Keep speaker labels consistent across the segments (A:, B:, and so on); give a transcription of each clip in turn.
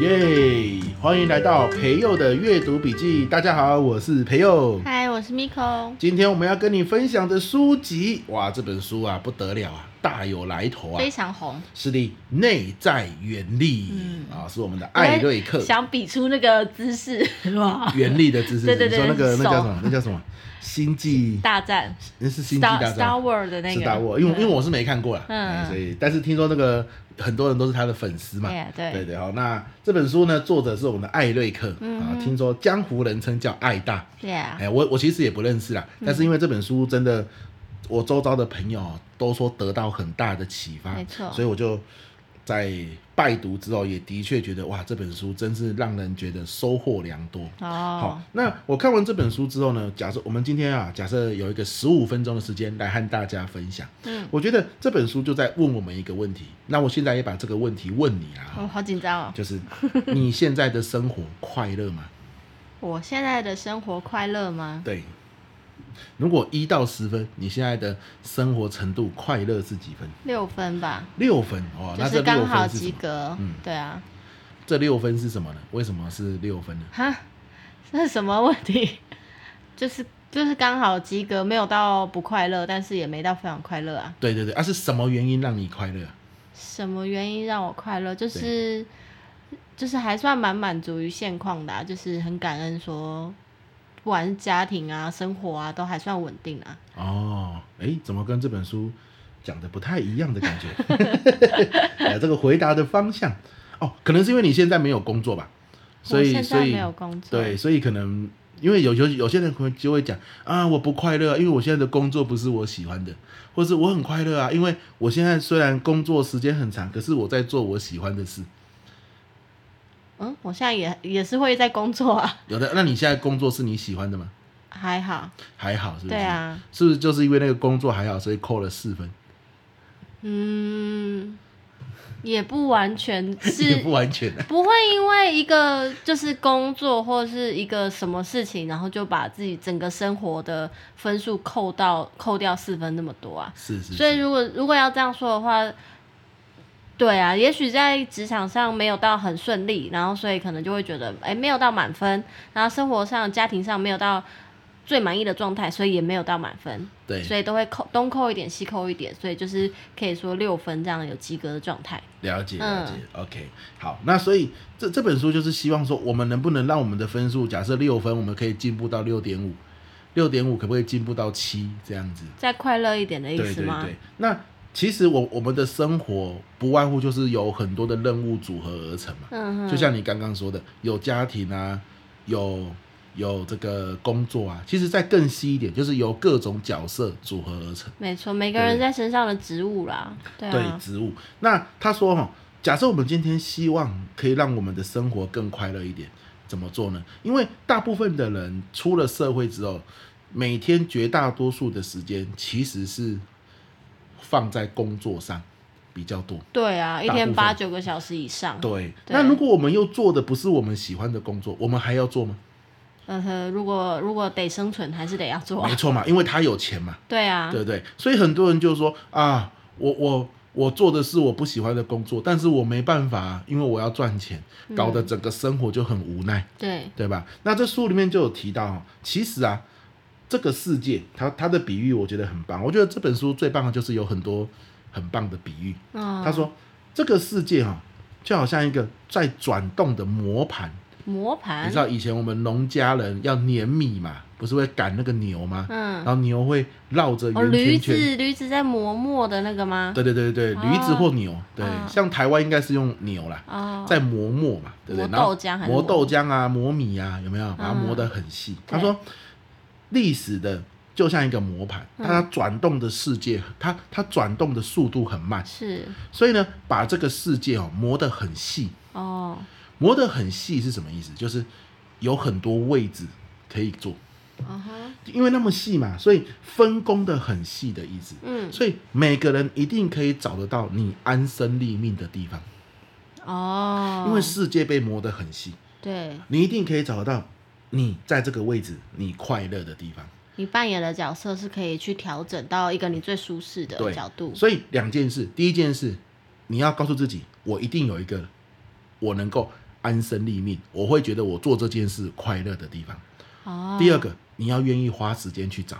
A: 耶欢迎来到培佑的阅读笔记。大家好，我是培佑。
B: 嗨，我是 Miko。
A: 今天我们要跟你分享的书籍，哇，这本书啊不得了啊，大有来头啊
B: 非！常红，
A: 是的，《内在原力》
B: 嗯
A: 啊，是我们的艾瑞克
B: 想比出那个姿势是 吧？
A: 原力的知识。
B: 对对对
A: 你说那个那
B: 手
A: 叫什么？那叫什么？星际
B: 大战
A: 那是星际大
B: ，Star
A: 战
B: Star War 的那
A: 是
B: 个，
A: 大沃，因为因为我是没看过啦，
B: 嗯
A: 哎所以但是听说那个很多人都是他的粉丝嘛。
B: Yeah，对
A: 对对，好，那这本书呢，作者是我们的艾瑞克
B: 嗯
A: 啊，听说江湖人称叫艾大，
B: 对啊，嗯
A: 哎，我我其实也不认识啦，但是因为这本书真的，我周遭的朋友都说得到很大的启发，
B: 没错
A: 所以我就在拜读之后，也的确觉得哇，这本书真是让人觉得收获良多。好
B: 哦，，
A: 那我看完这本书之后呢，假设我们今天啊，假设有一个十五分钟的时间来和大家分享，
B: 嗯，
A: 我觉得这本书就在问我们一个问题。那我现在也把这个问题问你啊，
B: 我好紧张哦。
A: 就是你现在的生活快乐吗？
B: 我现在的生活快乐吗？
A: 对，如果一到十分，你现在的生活程度快乐是几分？
B: 六分吧，
A: 六分哦，
B: 就
A: 那
B: 是
A: 这
B: 刚
A: 六
B: 好
A: 分是什
B: 及
A: 么？
B: 格
A: 嗯。
B: 对啊，
A: 这六分是什么呢？为什么是六分呢？
B: 哈， 这是什么问题？ 就是就是刚好及格，没有到不快乐，但是也没到非常快乐啊。
A: 对对对，啊，是什么原因让你快乐啊、
B: 什么原因让我快乐？就是就是还算蛮满足于现况的、啊，就是很感恩说，不管是家庭啊、生活啊，都还算稳定啊。
A: 哦，哎，怎么跟这本书讲的不太一样的感觉？ 哎，这个回答的方向，哦，可能是因为你现在没有工作吧，所
B: 我
A: 以
B: 现
A: 所
B: 在
A: 以
B: 没有工作，
A: 对，所以可能因为有有有些人可能就会讲啊，我不快乐啊，因为我现在的工作不是我喜欢的，或是我很快乐啊，因为我现在虽然工作时间很长，可是我在做我喜欢的事。
B: 嗯，我现在也也是会在工作啊，
A: 有的，那你现在工作是你喜欢的吗？
B: 还好，
A: 还好，是不是？
B: 对啊，
A: 是不是就是因为那个工作还好，所以扣了四分，
B: 嗯，也不完全
A: 也
B: 是
A: 不完全啊。
B: 不会因为一个就是工作或是一个什么事情，然后就把自己整个生活的分数扣到扣掉四分那么多啊。
A: 是嗯是是。
B: 所以如果如果要这样说的话，对啊，也许在职场上没有到很顺利，然后所以可能就会觉得，哎、没有到满分，然后生活上、家庭上没有到最满意的状态，所以也没有到满分，
A: 对，
B: 所以都会扣东扣一点，西扣一点，所以就是可以说六分这样有及格的状态。
A: 了解
B: 嗯
A: 了解、o k 好，那所以这这本书就是希望说，我们能不能让我们的分数，假设六分，我们可以进步到六点五，六点五可不可以进步到七这样子？
B: 再快乐一点的意
A: 对
B: 思
A: 对
B: 吗？
A: 对。那其实我我们的生活不外乎就是有很多的任务组合而成嘛，
B: 嗯哼，
A: 就像你刚刚说的，有家庭啊，有有这个工作啊，其实再更细一点，就是由各种角色组合而成。
B: 没错，每个
A: 对
B: 人在身上的职务啦，对
A: 对
B: 啊，
A: 植物。那他说哈，假设我们今天希望可以让我们的生活更快乐一点，怎么做呢？因为大部分的人出了社会之后，每天绝大多数的时间其实是放在工作上比较多。
B: 对啊，一
A: 大部
B: 天
A: 分
B: 八九个小时以上。
A: 对，
B: 对
A: 那如果我们又做的不是我们喜欢的工作，我们还要做吗？
B: 嗯哼，如果如果得生存，还是得要做啊
A: 没。错嘛，因为他有钱嘛。
B: 对啊，
A: 对不对？所以很多人就说啊，我我我做的是我不喜欢的工作，但是我没办法，因为我要赚钱，
B: 嗯
A: 搞得整个生活就很无奈，
B: 对，
A: 对吧？那这书里面就有提到哦，其实啊，这个世界它它的比喻我觉得很棒，我觉得这本书最棒的就是有很多很棒的比喻。
B: 嗯，
A: 他说这个世界哈、就好像一个在转动的磨盘，
B: 磨
A: 你
B: 盘
A: 知，道以前我们农家人要碾米嘛，不是会赶那个牛吗？
B: 嗯，
A: 然后牛会绕着
B: 哦，
A: 圆
B: 驴
A: 圈圈，
B: 子驴子在磨墨的那个吗？
A: 对对对对，
B: 啊
A: 驴子或牛，对
B: 啊，
A: 像台湾应该是用牛啦，
B: 哦，
A: 在磨墨嘛，对不对？
B: 磨
A: 然后
B: 豆浆还是嗯
A: 磨
B: 磨
A: 豆浆啊，磨米啊，有没有？把它磨得很细。他说，历史的就像一个磨盘，
B: 嗯
A: 它转动的世界，它它转动的速度很慢，
B: 是
A: 所以呢，把这个世界哦磨得很细，
B: 哦，
A: 磨得很细是什么意思？就是有很多位置可以做，
B: 嗯哼，
A: 因为那么细嘛，所以分工的很细的意思。
B: 嗯，
A: 所以每个人一定可以找得到你安身立命的地方，
B: 哦，
A: 因为世界被磨得很细，
B: 对，
A: 你一定可以找得到你在这个位置你快乐的地方。
B: 你扮演的角色是可以去调整到一个你最舒适的
A: 对
B: 角度。
A: 所以两件事，第一件事，你要告诉自己，我一定有一个我能够安身立命，我会觉得我做这件事快乐的地方。
B: 哦，
A: 第二个，你要愿意花时间去找。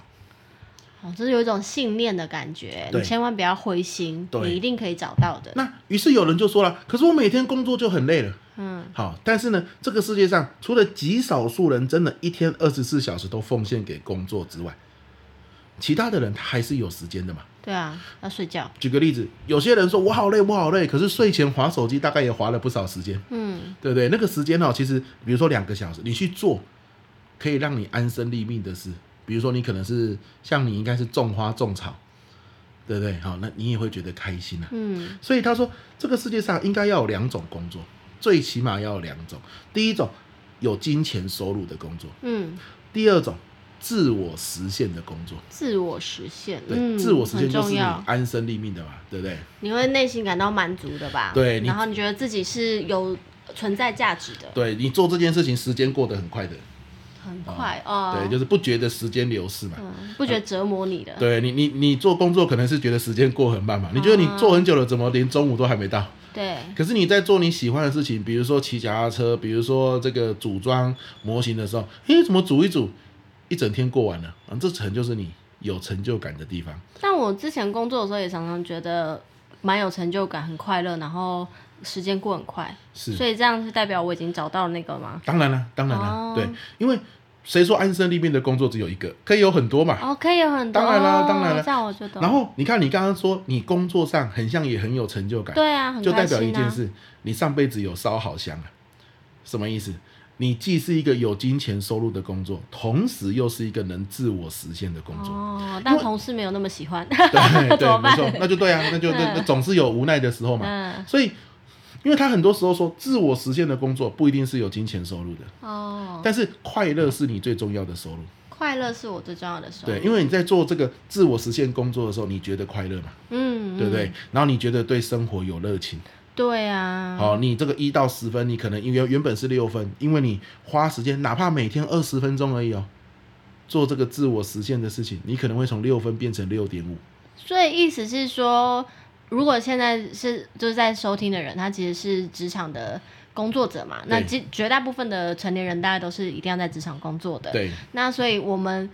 B: 哦，这是有一种信念的感觉，你
A: 对
B: 千万不要灰心，
A: 对
B: 你一定可以找到的。
A: 那于是有人就说了，可是我每天工作就很累了。
B: 嗯，
A: 好，但是呢，这个世界上除了极少数人真的一天二十四小时都奉献给工作之外，其他的人他还是有时间的嘛。
B: 对啊，要睡觉。
A: 举个例子，有些人说我好累，我好累，可是睡前划手机大概也划了不少时间，
B: 嗯，
A: 对不对？那个时间哦，其实比如说两个小时，你去做可以让你安身立命的事，比如说你可能是像你应该是种花种草，对不对？好，那你也会觉得开心啊。
B: 嗯，
A: 所以他说，这个世界上应该要有两种工作，最起码要有两种。第一种有金钱收入的工作，
B: 嗯，
A: 第二种自我实现的工作。
B: 自我实现，
A: 对，
B: 嗯，
A: 自我实现
B: 很
A: 就是
B: 重
A: 你
B: 要，
A: 安身立命的嘛，对不对？
B: 你会内心感到满足的吧？
A: 对你
B: 然后你觉得自己是有存在价值的，
A: 对你做这件事情，时间过得很快的，
B: 很快哦，
A: 啊对，就是不觉得时间流逝嘛。
B: 嗯，不觉得折磨你的，
A: 对你，你你做工作可能是觉得时间过很慢嘛，你觉得
B: 嗯
A: 你做很久了，怎么连中午都还没到？
B: 对，
A: 可是你在做你喜欢的事情，比如说骑脚踏车，比如说这个组装模型的时候，诶，怎么组一组，一整天过完了，啊，这成就是你有成就感的地方。
B: 但我之前工作的时候也常常觉得蛮有成就感，很快乐，然后时间过很快，
A: 是
B: 所以这样是代表我已经找到那个吗？
A: 当然了，当然了，
B: 哦
A: 对，因为谁说安身立命的工作只有一个，可以有很多嘛。
B: 哦，可以有很多，
A: 当然啦当然啦
B: 这样我就懂。
A: 然后你看，你刚刚说你工作上很像也很有成就感，
B: 对啊，很
A: 就代
B: 开
A: 表一
B: 心
A: 件
B: 啊。
A: 事，你上辈子有烧好香啊。什么意思？你既是一个有金钱收入的工作，同时又是一个能自我实现的工作。
B: 哦，但同事没有那么喜欢。
A: 对
B: 怎么
A: 对，没
B: 办
A: 错，那就对啊，那就那那总是有无奈的时候嘛。
B: 嗯，
A: 所以，因为他很多时候说，自我实现的工作不一定是有金钱收入的，
B: 哦，
A: 但是快乐是你最重要的收入。
B: 快乐是我最重要的时候。
A: 对，，因为你在做这个自我实现工作的时候，你觉得快乐嘛，
B: 嗯，
A: 对不对
B: 嗯？？
A: 然后你觉得对生活有热情。
B: 对啊。
A: 好，你这个一到十分，你可能因为原本是六分，因为你花时间，哪怕每天二十分钟而已哦。做这个自我实现的事情，你可能会从六分变成六点五，
B: 所以意思是说，如果现在是就是在收听的人，他其实是职场的工作者嘛，那
A: 对
B: 绝绝大部分的成年人大家都是一定要在职场工作的。
A: 对，
B: 那所以我们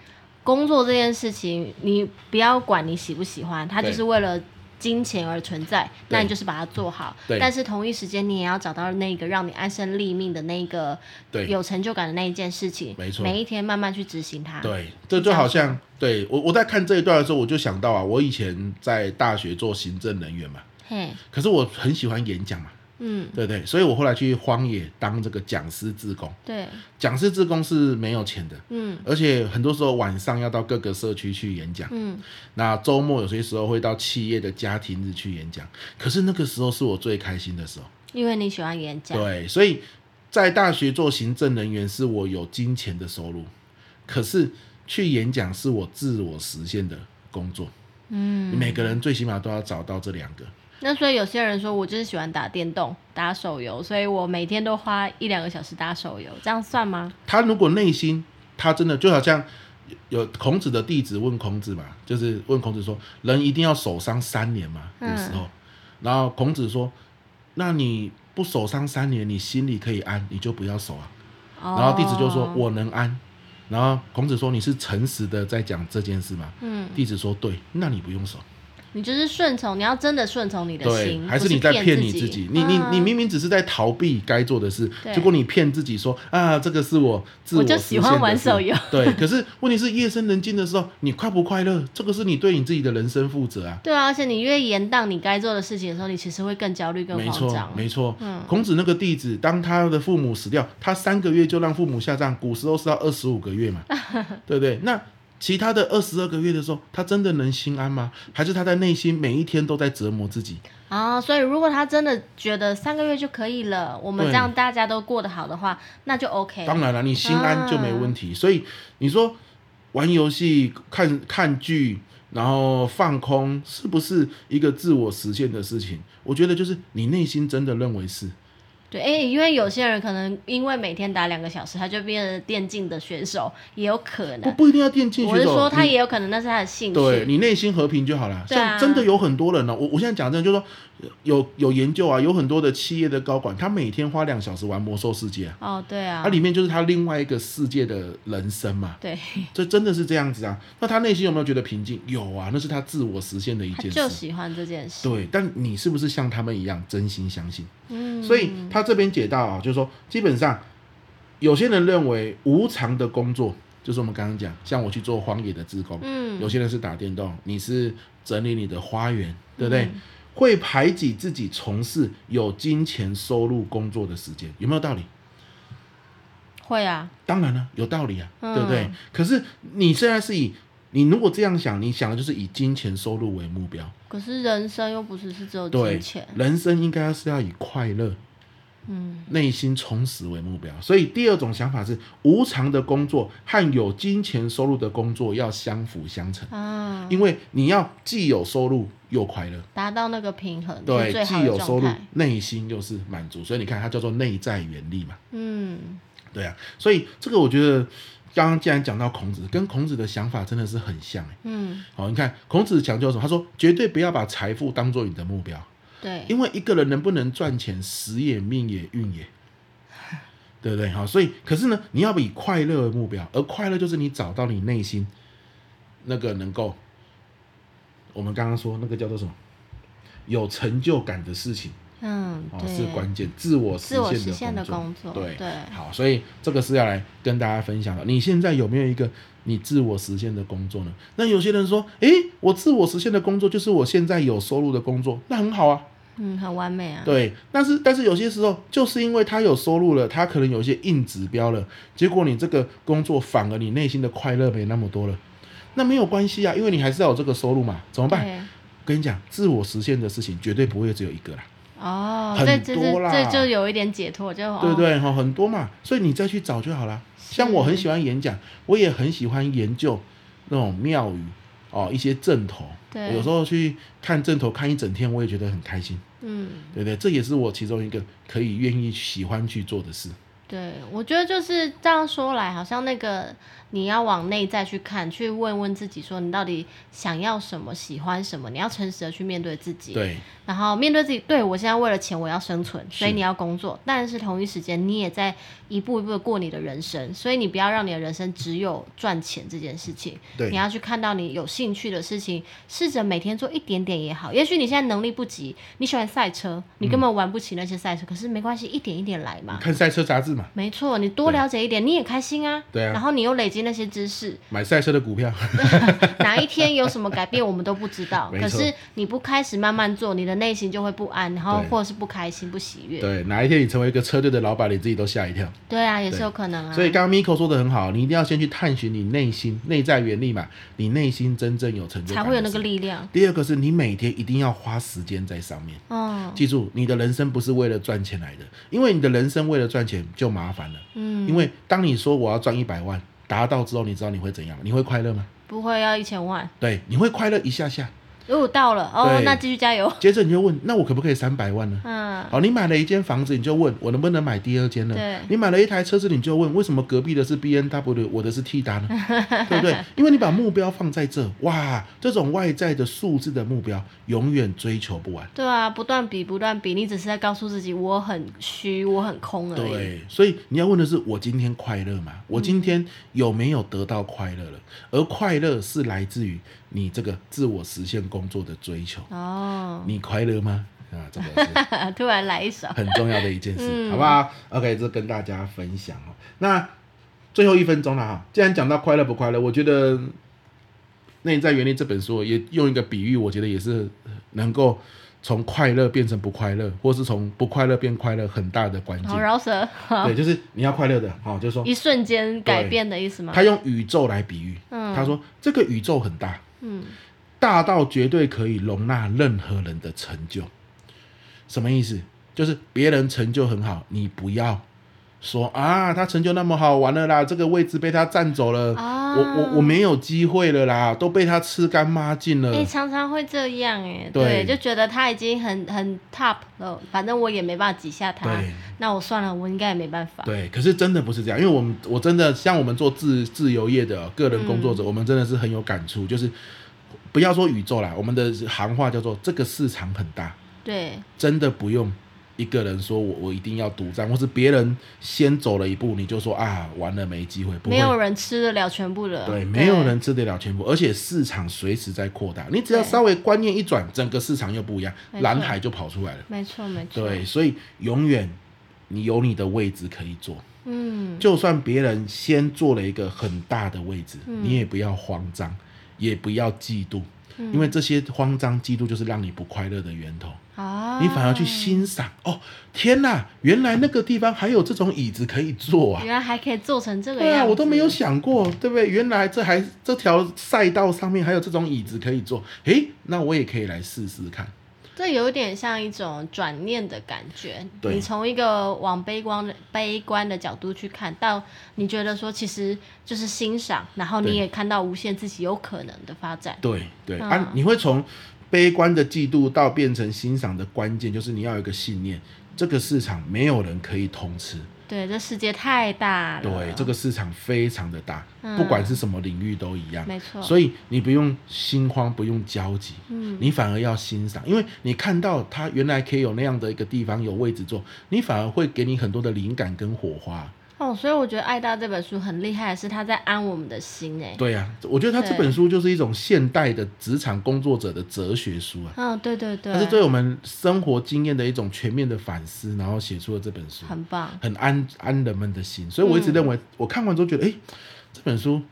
B: 工作这件事情，你不要管你喜不喜欢，它
A: 对
B: 就是为了。金钱而存在，那你就是把它做好。
A: 对
B: 但是同一时间，你也要找到那个让你安身立命的那个
A: 对
B: 有成就感的那一件事情。
A: 没错
B: 每一天慢慢去执行它。
A: 对，这就好像对我我在看这一段的时候，我就想到啊，我以前在大学做行政人员嘛，
B: 嘿，
A: 可是我很喜欢演讲嘛，
B: 嗯，
A: 对不对？所以我后来去荒野当这个讲师志工，
B: 对，
A: 讲师志工是没有钱的，
B: 嗯
A: 而且很多时候晚上要到各个社区去演讲，
B: 嗯，
A: 那周末有些时候会到企业的家庭日去演讲，可是那个时候是我最开心的时候，
B: 因为你喜欢演讲。
A: 对，所以在大学做行政人员是我有金钱的收入，可是去演讲是我自我实现的工作。
B: 嗯，
A: 每个人最起码都要找到这两个。
B: 那所以有些人说我就是喜欢打电动、打手游，所以我每天都花一两个小时打手游，这样算吗？
A: 他如果内心他真的就好像有孔子的弟子问孔子嘛，就是问孔子说，人一定要守丧三年嘛，古
B: 嗯
A: 时候，然后孔子说，那你不守丧三年，你心里可以安，你就不要守啊。
B: 然
A: 然后弟子就说，，我能安。然后孔子说：“你是诚实的在讲这件事吗？”
B: 嗯，
A: 弟子说：“对，那你不用守。
B: 你就是顺从，你要真的顺从你的
A: 对，
B: 心，
A: 还
B: 不是
A: 你在
B: 骗
A: 骗你
B: 自
A: 自己？你你
B: 啊
A: 你明明只是在逃避该做的事，
B: 对
A: 结果你骗自己说啊，这个是我自我
B: 我就
A: 实
B: 喜欢
A: 现的
B: 玩
A: 事
B: 手游
A: 对，可是问题是夜深人静的时候，你快不快乐？这个是你对你自己的人生负责啊。
B: 对啊，而且你越延宕你该做的事情的时候，你其实会更焦虑、更
A: 没
B: 慌
A: 错
B: 张，。
A: 没错。
B: 嗯
A: 孔子那个弟子，当他的父母死掉，他三个月就让父母下葬，古时候是要二十五个月 嘛，对不对？那其他的二十二个月的时候，他真的能心安吗？还是他在内心每一天都在折磨自己？
B: 啊、所以如果他真的觉得三个月就可以了，我们
A: 对
B: 这样大家都过得好的话，那就 OK。
A: 当然了，你心安就没问
B: 啊
A: 题。所以你说玩游戏、看看剧，然后放空，是不是一个自我实现的事情？我觉得就是你内心真的认为是。
B: 对，哎、因为有些人可能因为每天打两个小时，他就变成电竞的选手，也有可
A: 不
B: 能。
A: 不一定要电竞
B: 我
A: 选
B: 是
A: 手，
B: 说，他
A: 你
B: 也有可能那是他的兴
A: 对
B: 趣。
A: 你内心和平就好了。
B: 对啊
A: 像真的有很多人哦呢、我我现在讲真的，就是说有有研究啊，有很多的企业的高管，他每天花两小时玩魔兽世界啊，
B: 哦，对啊
A: 它、，里面就是他另外一个世界的人生嘛。
B: 对，
A: 这真的是这样子啊？那他内心有没有觉得平静？有啊，那是他自我实现的一
B: 他
A: 件
B: 就
A: 事。
B: 喜欢这件事。
A: 对，但你是不是像他们一样真心相信？
B: 嗯，
A: 所以他这边解到啊，就是说，基本上有些人认为无偿的工作，就是我们刚刚讲，像我去做荒野的志工，
B: 嗯，嗯
A: 有些人是打电动，你是整理你的花园，对不对？会排挤自己从事有金钱收入工作的时间，有没有道理？
B: 会啊，
A: 当然了，有道理啊，
B: 嗯
A: 对不对？可是你现在是以你如果这样想，你想的就是以金钱收入为目标，
B: 可是人生又不只是只有
A: 对
B: 金钱，，
A: 人生应该是要以快乐、
B: 嗯，
A: 内心充实为目标。所以第二种想法是，无偿的工作和有金钱收入的工作要相辅相成，
B: 啊，
A: 因为你要既有收入又快乐。
B: 达到那个平衡是
A: 对，
B: 最
A: 既
B: 好的
A: 有收
B: 状
A: 入
B: 态。，
A: 内心又是满足，所以你看它叫做内在原力嘛，
B: 嗯，
A: 对啊，所以这个我觉得刚刚既然讲到孔子，跟孔子的想法真的是很像哎、
B: 嗯，
A: 好，你看孔子强调什么？他说绝对不要把财富当做你的目标，
B: 对，
A: 因为一个人能不能赚钱，时也命也运 也，对不对？好，所以可是呢，你要以快乐为目标，而快乐就是你找到你内心那个能够，我们刚刚说那个叫做什么，有成就感的事情。
B: 嗯，
A: 哦，
B: 对，
A: 是关键，自我实
B: 自我实现的
A: 的工
B: 工作，
A: 对，
B: 对，
A: 好，所以这个是要来跟大家分享的。你现在有没有一个你自我实现的工作呢？那有些人说，诶，我自我实现的工作就是我现在有收入的工作，那很好啊。
B: 嗯，很完美啊，
A: 对，但是但是有些时候，就是因为他有收入了，他可能有一些硬指标了，结果你这个工作反而你内心的快乐没那么多了，那没有关系啊，因为你还是要有这个收入嘛，怎么办？
B: 对，
A: 跟你讲，自我实现的事情绝对不会只有一个啦。
B: 哦，
A: 很
B: 这这是
A: 多啦
B: 这就有一点解脱，就
A: 对不，
B: 哦
A: 对？哈，很多嘛，所以你再去找就好啦。像我很喜欢演讲，我也很喜欢研究那种庙宇哦，一些阵头。
B: 对
A: 我有时候去看阵头看一整天，我也觉得很开心，
B: 嗯，
A: 对不对？这也是我其中一个可以愿意喜欢去做的事。
B: 对，我觉得就是这样说来，好像那个你要往内在去看，去问问自己，说你到底想要什么，喜欢什么，你要诚实的去面对自己，
A: 对
B: 然后面对自己，对我现在为了钱我要生存，所以
A: 是
B: 你要工作，但是同一时间你也在一步一步的过你的人生，所以你不要让你的人生只有赚钱这件事情，你
A: 对
B: 要去看到你有兴趣的事情，试着每天做一点点也好。也许你现在能力不及，你喜欢赛车，你
A: 嗯
B: 根本玩不起那些赛车，可是没关系，一点一点来嘛。
A: 看赛车杂志嘛，
B: 没错，你多了解一点，你也开心啊。
A: 对啊
B: 然后你又累积那些 知识，
A: 买赛车的股票，
B: 哪一天有什么改变，我们都不知道。
A: 没
B: 可
A: 错
B: 是你不开始慢慢做，你的内心就会不安，然后
A: 对
B: 或者是不开心、不喜 悦。
A: 对，哪一天你成为一个车队的老板，你自己都吓一跳。
B: 对啊，也是有可能啊。
A: 所以刚刚 Miko 说的很好，你一定要先去探寻你内心内在原力嘛，你内心真正有成就
B: 才
A: 感
B: 会有
A: 的
B: 那个
A: 事
B: 力量。
A: 第二个是你每天一定要花时间在上面。
B: 嗯
A: 记住，你的人生不是为了赚钱来的，因为你的人生为了赚钱就麻烦了。
B: 嗯，
A: 因为当你说我要赚一百万，达到之后，你知道你会怎样？你会快乐吗？
B: 不会要一千万，
A: 对，你会快乐一下下，
B: 如果到了哦
A: 对，
B: 那继续 加油。
A: 接着你就问，那我可不可以三百万呢？
B: 嗯，
A: 好，你买了一间房子，你就问我能不能买第二间呢
B: 对？
A: 你买了一台车子，你就问为什么隔壁的是 B N W，我的是 T 达呢？对不对？因为你把目标放在这，哇，这种外在的数字的目标永远追求不完。
B: 对啊，不断比，不断比，你只是在告诉自己我很虚，我很空而已。
A: 对，哎所以你要问的是，我今天快乐吗？我
B: 嗯
A: 今天有没有得到快乐了？而快乐是来自于你这个自我实现工作的追求。
B: 哦，
A: 你快乐吗？啊，这个是
B: 突然来一首，
A: 很重要的一件事，
B: 嗯
A: 好不好？OK，这跟大家分享哦。那最后一分钟了哈，既然讲到快乐不快乐，我觉得《内在原理》这本书也用一个比喻，我觉得也是能够从快乐变成不快乐，或是从不快乐变快乐很大的关键
B: 好。饶舌，
A: 对，就是你要快乐的，好、就是说
B: 一瞬间改
A: 对
B: 变的意思吗？
A: 他用宇宙来比喻，
B: 嗯
A: 他说这个宇宙很大，
B: 嗯，
A: 大到绝对可以容纳任何人的成就。什么意思？就是别人成就很好，你不要说啊，他成就那么好玩了啦，这个位置被他占走了，
B: 啊
A: 我我我没有机会了啦，都被他吃干抹净了。
B: 哎、常常会这样哎、
A: 对
B: 对，就觉得他已经很很 top 了，反正我也没办法挤下他
A: 对，
B: 那我算了，我应该也没办法。
A: 对，可是真的不是这样，因为我们我真的像我们做自自由业的个人工作
B: 嗯
A: 者，我们真的是很有感触，就是不要说宇宙啦，我们的行话叫做这个市场很大，
B: 对
A: 真的不用一个人说我我一定要独占，或是别人先走了一步，你就说啊完了没机会，不
B: 没有
A: 会。
B: 人吃得了全部的。
A: 对，没有人吃得了全部，而且市场随时在扩大，你只要
B: 对
A: 稍微观念一转，整个市场又不一样，
B: 没错
A: 蓝海就跑出来了。
B: 没错没错。
A: 对，，所以永远你有你的位置可以坐，
B: 嗯，
A: 就算别人先做了一个很大的位置，
B: 嗯
A: 你也不要慌张，也不要嫉妒，
B: 嗯
A: 因为这些慌张、嫉妒就是让你不快乐的源头。
B: 啊，
A: 你反而去欣赏哦，天哪，原来那个地方还有这种椅子可以坐啊！
B: 原来还可以做成这个
A: 对
B: 样
A: 啊，
B: 子。
A: 我都没有想过，对不对？原来这还这条赛道上面还有这种椅子可以坐，诶，那我也可以来试试看。
B: 这有点像一种转念的感觉。
A: 对
B: 你从一个往悲观的悲观的角度去看到，你觉得说其实就是欣赏，然后
A: 对
B: 你也看到无限自己有可能的发展。
A: 对对、
B: 嗯
A: 啊，你会从悲观的嫉妒到变成欣赏的关键，就是你要有一个信念，这个市场没有人可以通吃。
B: 对，这世界太大了。
A: 对，这个市场非常的大，
B: 嗯
A: 不管是什么领域都一样。
B: 没错。
A: 所以你不用心慌，不用焦急，
B: 嗯
A: 你反而要欣赏，因为你看到他原来可以有那样的一个地方有位置坐，你反而会给你很多的灵感跟火花。
B: 哦，所以我觉得《爱到》这本书很厉害，是他在安我们的心哎。
A: 对呀、啊我觉得他这
B: 对
A: 本书就是一种现代的职场工作者的哲学书啊，
B: 嗯，对对对。
A: 它是对我们生活经验的一种全面的反思，然后写出了这本书，
B: 很棒。
A: 很安安人们的心。所以我
B: 嗯
A: 一直认为，我看完之后觉得，哎，这本书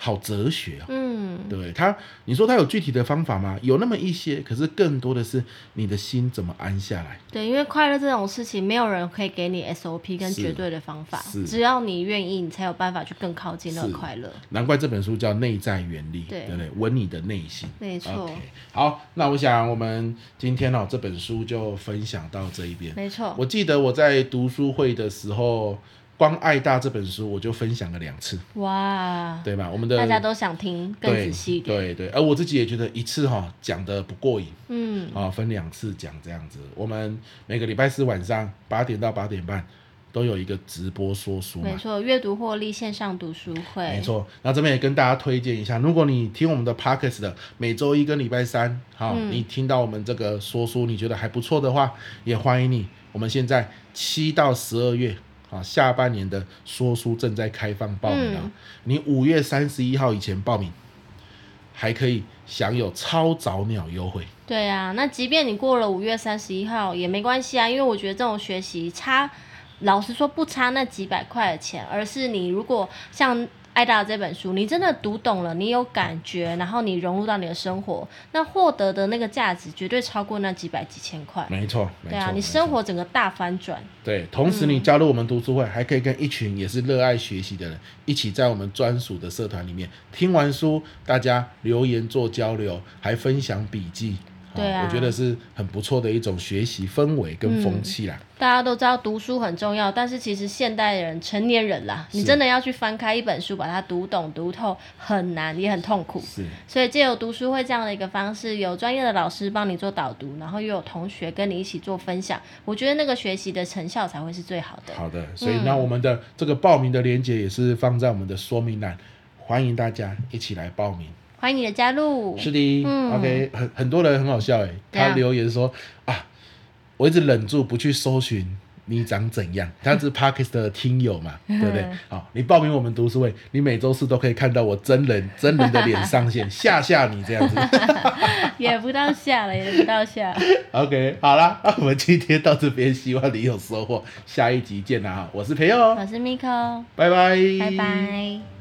A: 好哲学啊、
B: 嗯，
A: 对他，你说他有具体的方法吗？有那么一些，可是更多的是你的心怎么安下来。
B: 对，因为快乐这种事情，没有人可以给你 SOP 跟
A: 是
B: 绝对的方法
A: 是，
B: 只要你愿意，你才有办法去更靠近那
A: 是
B: 个快乐。
A: 难怪这本书叫《内在原力》，
B: 对
A: 对不对？闻你的内心。
B: 没错
A: OK，好，那我想我们今天哦，这本书就分享到这一边。
B: 没错。
A: 我记得我在读书会的时候，光《爱大》这本书我就分享了两次，
B: 哇，
A: 对吧？我们的
B: 大家都想听更仔细一点。
A: 对对，对而我自己也觉得一次哈、讲的不过瘾，
B: 嗯，
A: 啊，分两次讲这样子。我们每个礼拜四晚上八点到八点半都有一个直播说书
B: 没
A: 嘛。
B: 错，阅读获利线上读书会，
A: 没，错，那这边也跟大家推荐一下，如果你听我们的 podcast 的每周一跟礼拜三，好、
B: 嗯
A: 你听到我们这个说书，你觉得还不错的话，也欢迎你。我们现在七到十二月啊，下半年的说书正在开放报名啊，
B: 嗯
A: 你五月三十一号以前报名，还可以享有超早鸟优惠。
B: 对啊，那即便你过了五月三十一号也没关系啊，因为我觉得这种学习差，老实说不差那几百块的钱，而是你如果像。艾达这本书，你真的读懂了，你有感觉，然后你融入到你的生活，那获得的那个价值绝对超过那几百几千块。
A: 没错，没
B: 对
A: 错，
B: 啊，
A: 没
B: 你
A: 错
B: 生活整个大翻转。
A: 对，同时
B: 嗯
A: 你加入我们读书会，还可以跟一群也是热爱学习的人一起在我们专属的社团里面听完书，大家留言做交流，还分享笔记。好
B: 对啊
A: 我觉得是很不错的一种学习氛围跟风气啦。
B: 大家都知道读书很重要，但是其实现代人、成年人啦，你真的要去翻开一本书把它读懂、读透很难，也很痛苦。
A: 是，
B: 所以借由读书会这样的一个方式，有专业的老师帮你做导读，然后又有同学跟你一起做分享，我觉得那个学习的成效才会是最好的。
A: 好的。所以那
B: 嗯
A: 我们的这个报名的链接也是放在我们的说明栏，欢迎大家一起来报名。
B: 欢迎你的加入，
A: 是的、
B: 嗯
A: o k 很很多人很好笑哎，
B: 怎
A: 他
B: 样
A: 留言说啊，我一直忍住不去搜寻你长怎 样，他是 Parkes 的听友 嘛，对不对？好，你报名我们读书会，你每周四都可以看到我真 人真人的脸上 线，吓吓你这样 子。
B: 也不到下了，也不到下。
A: OK，好啦，那我们今天到这边，希望你有收获，下一集见啦哈，我是培佑，
B: 我是 Miko，
A: 拜拜，
B: 拜。拜。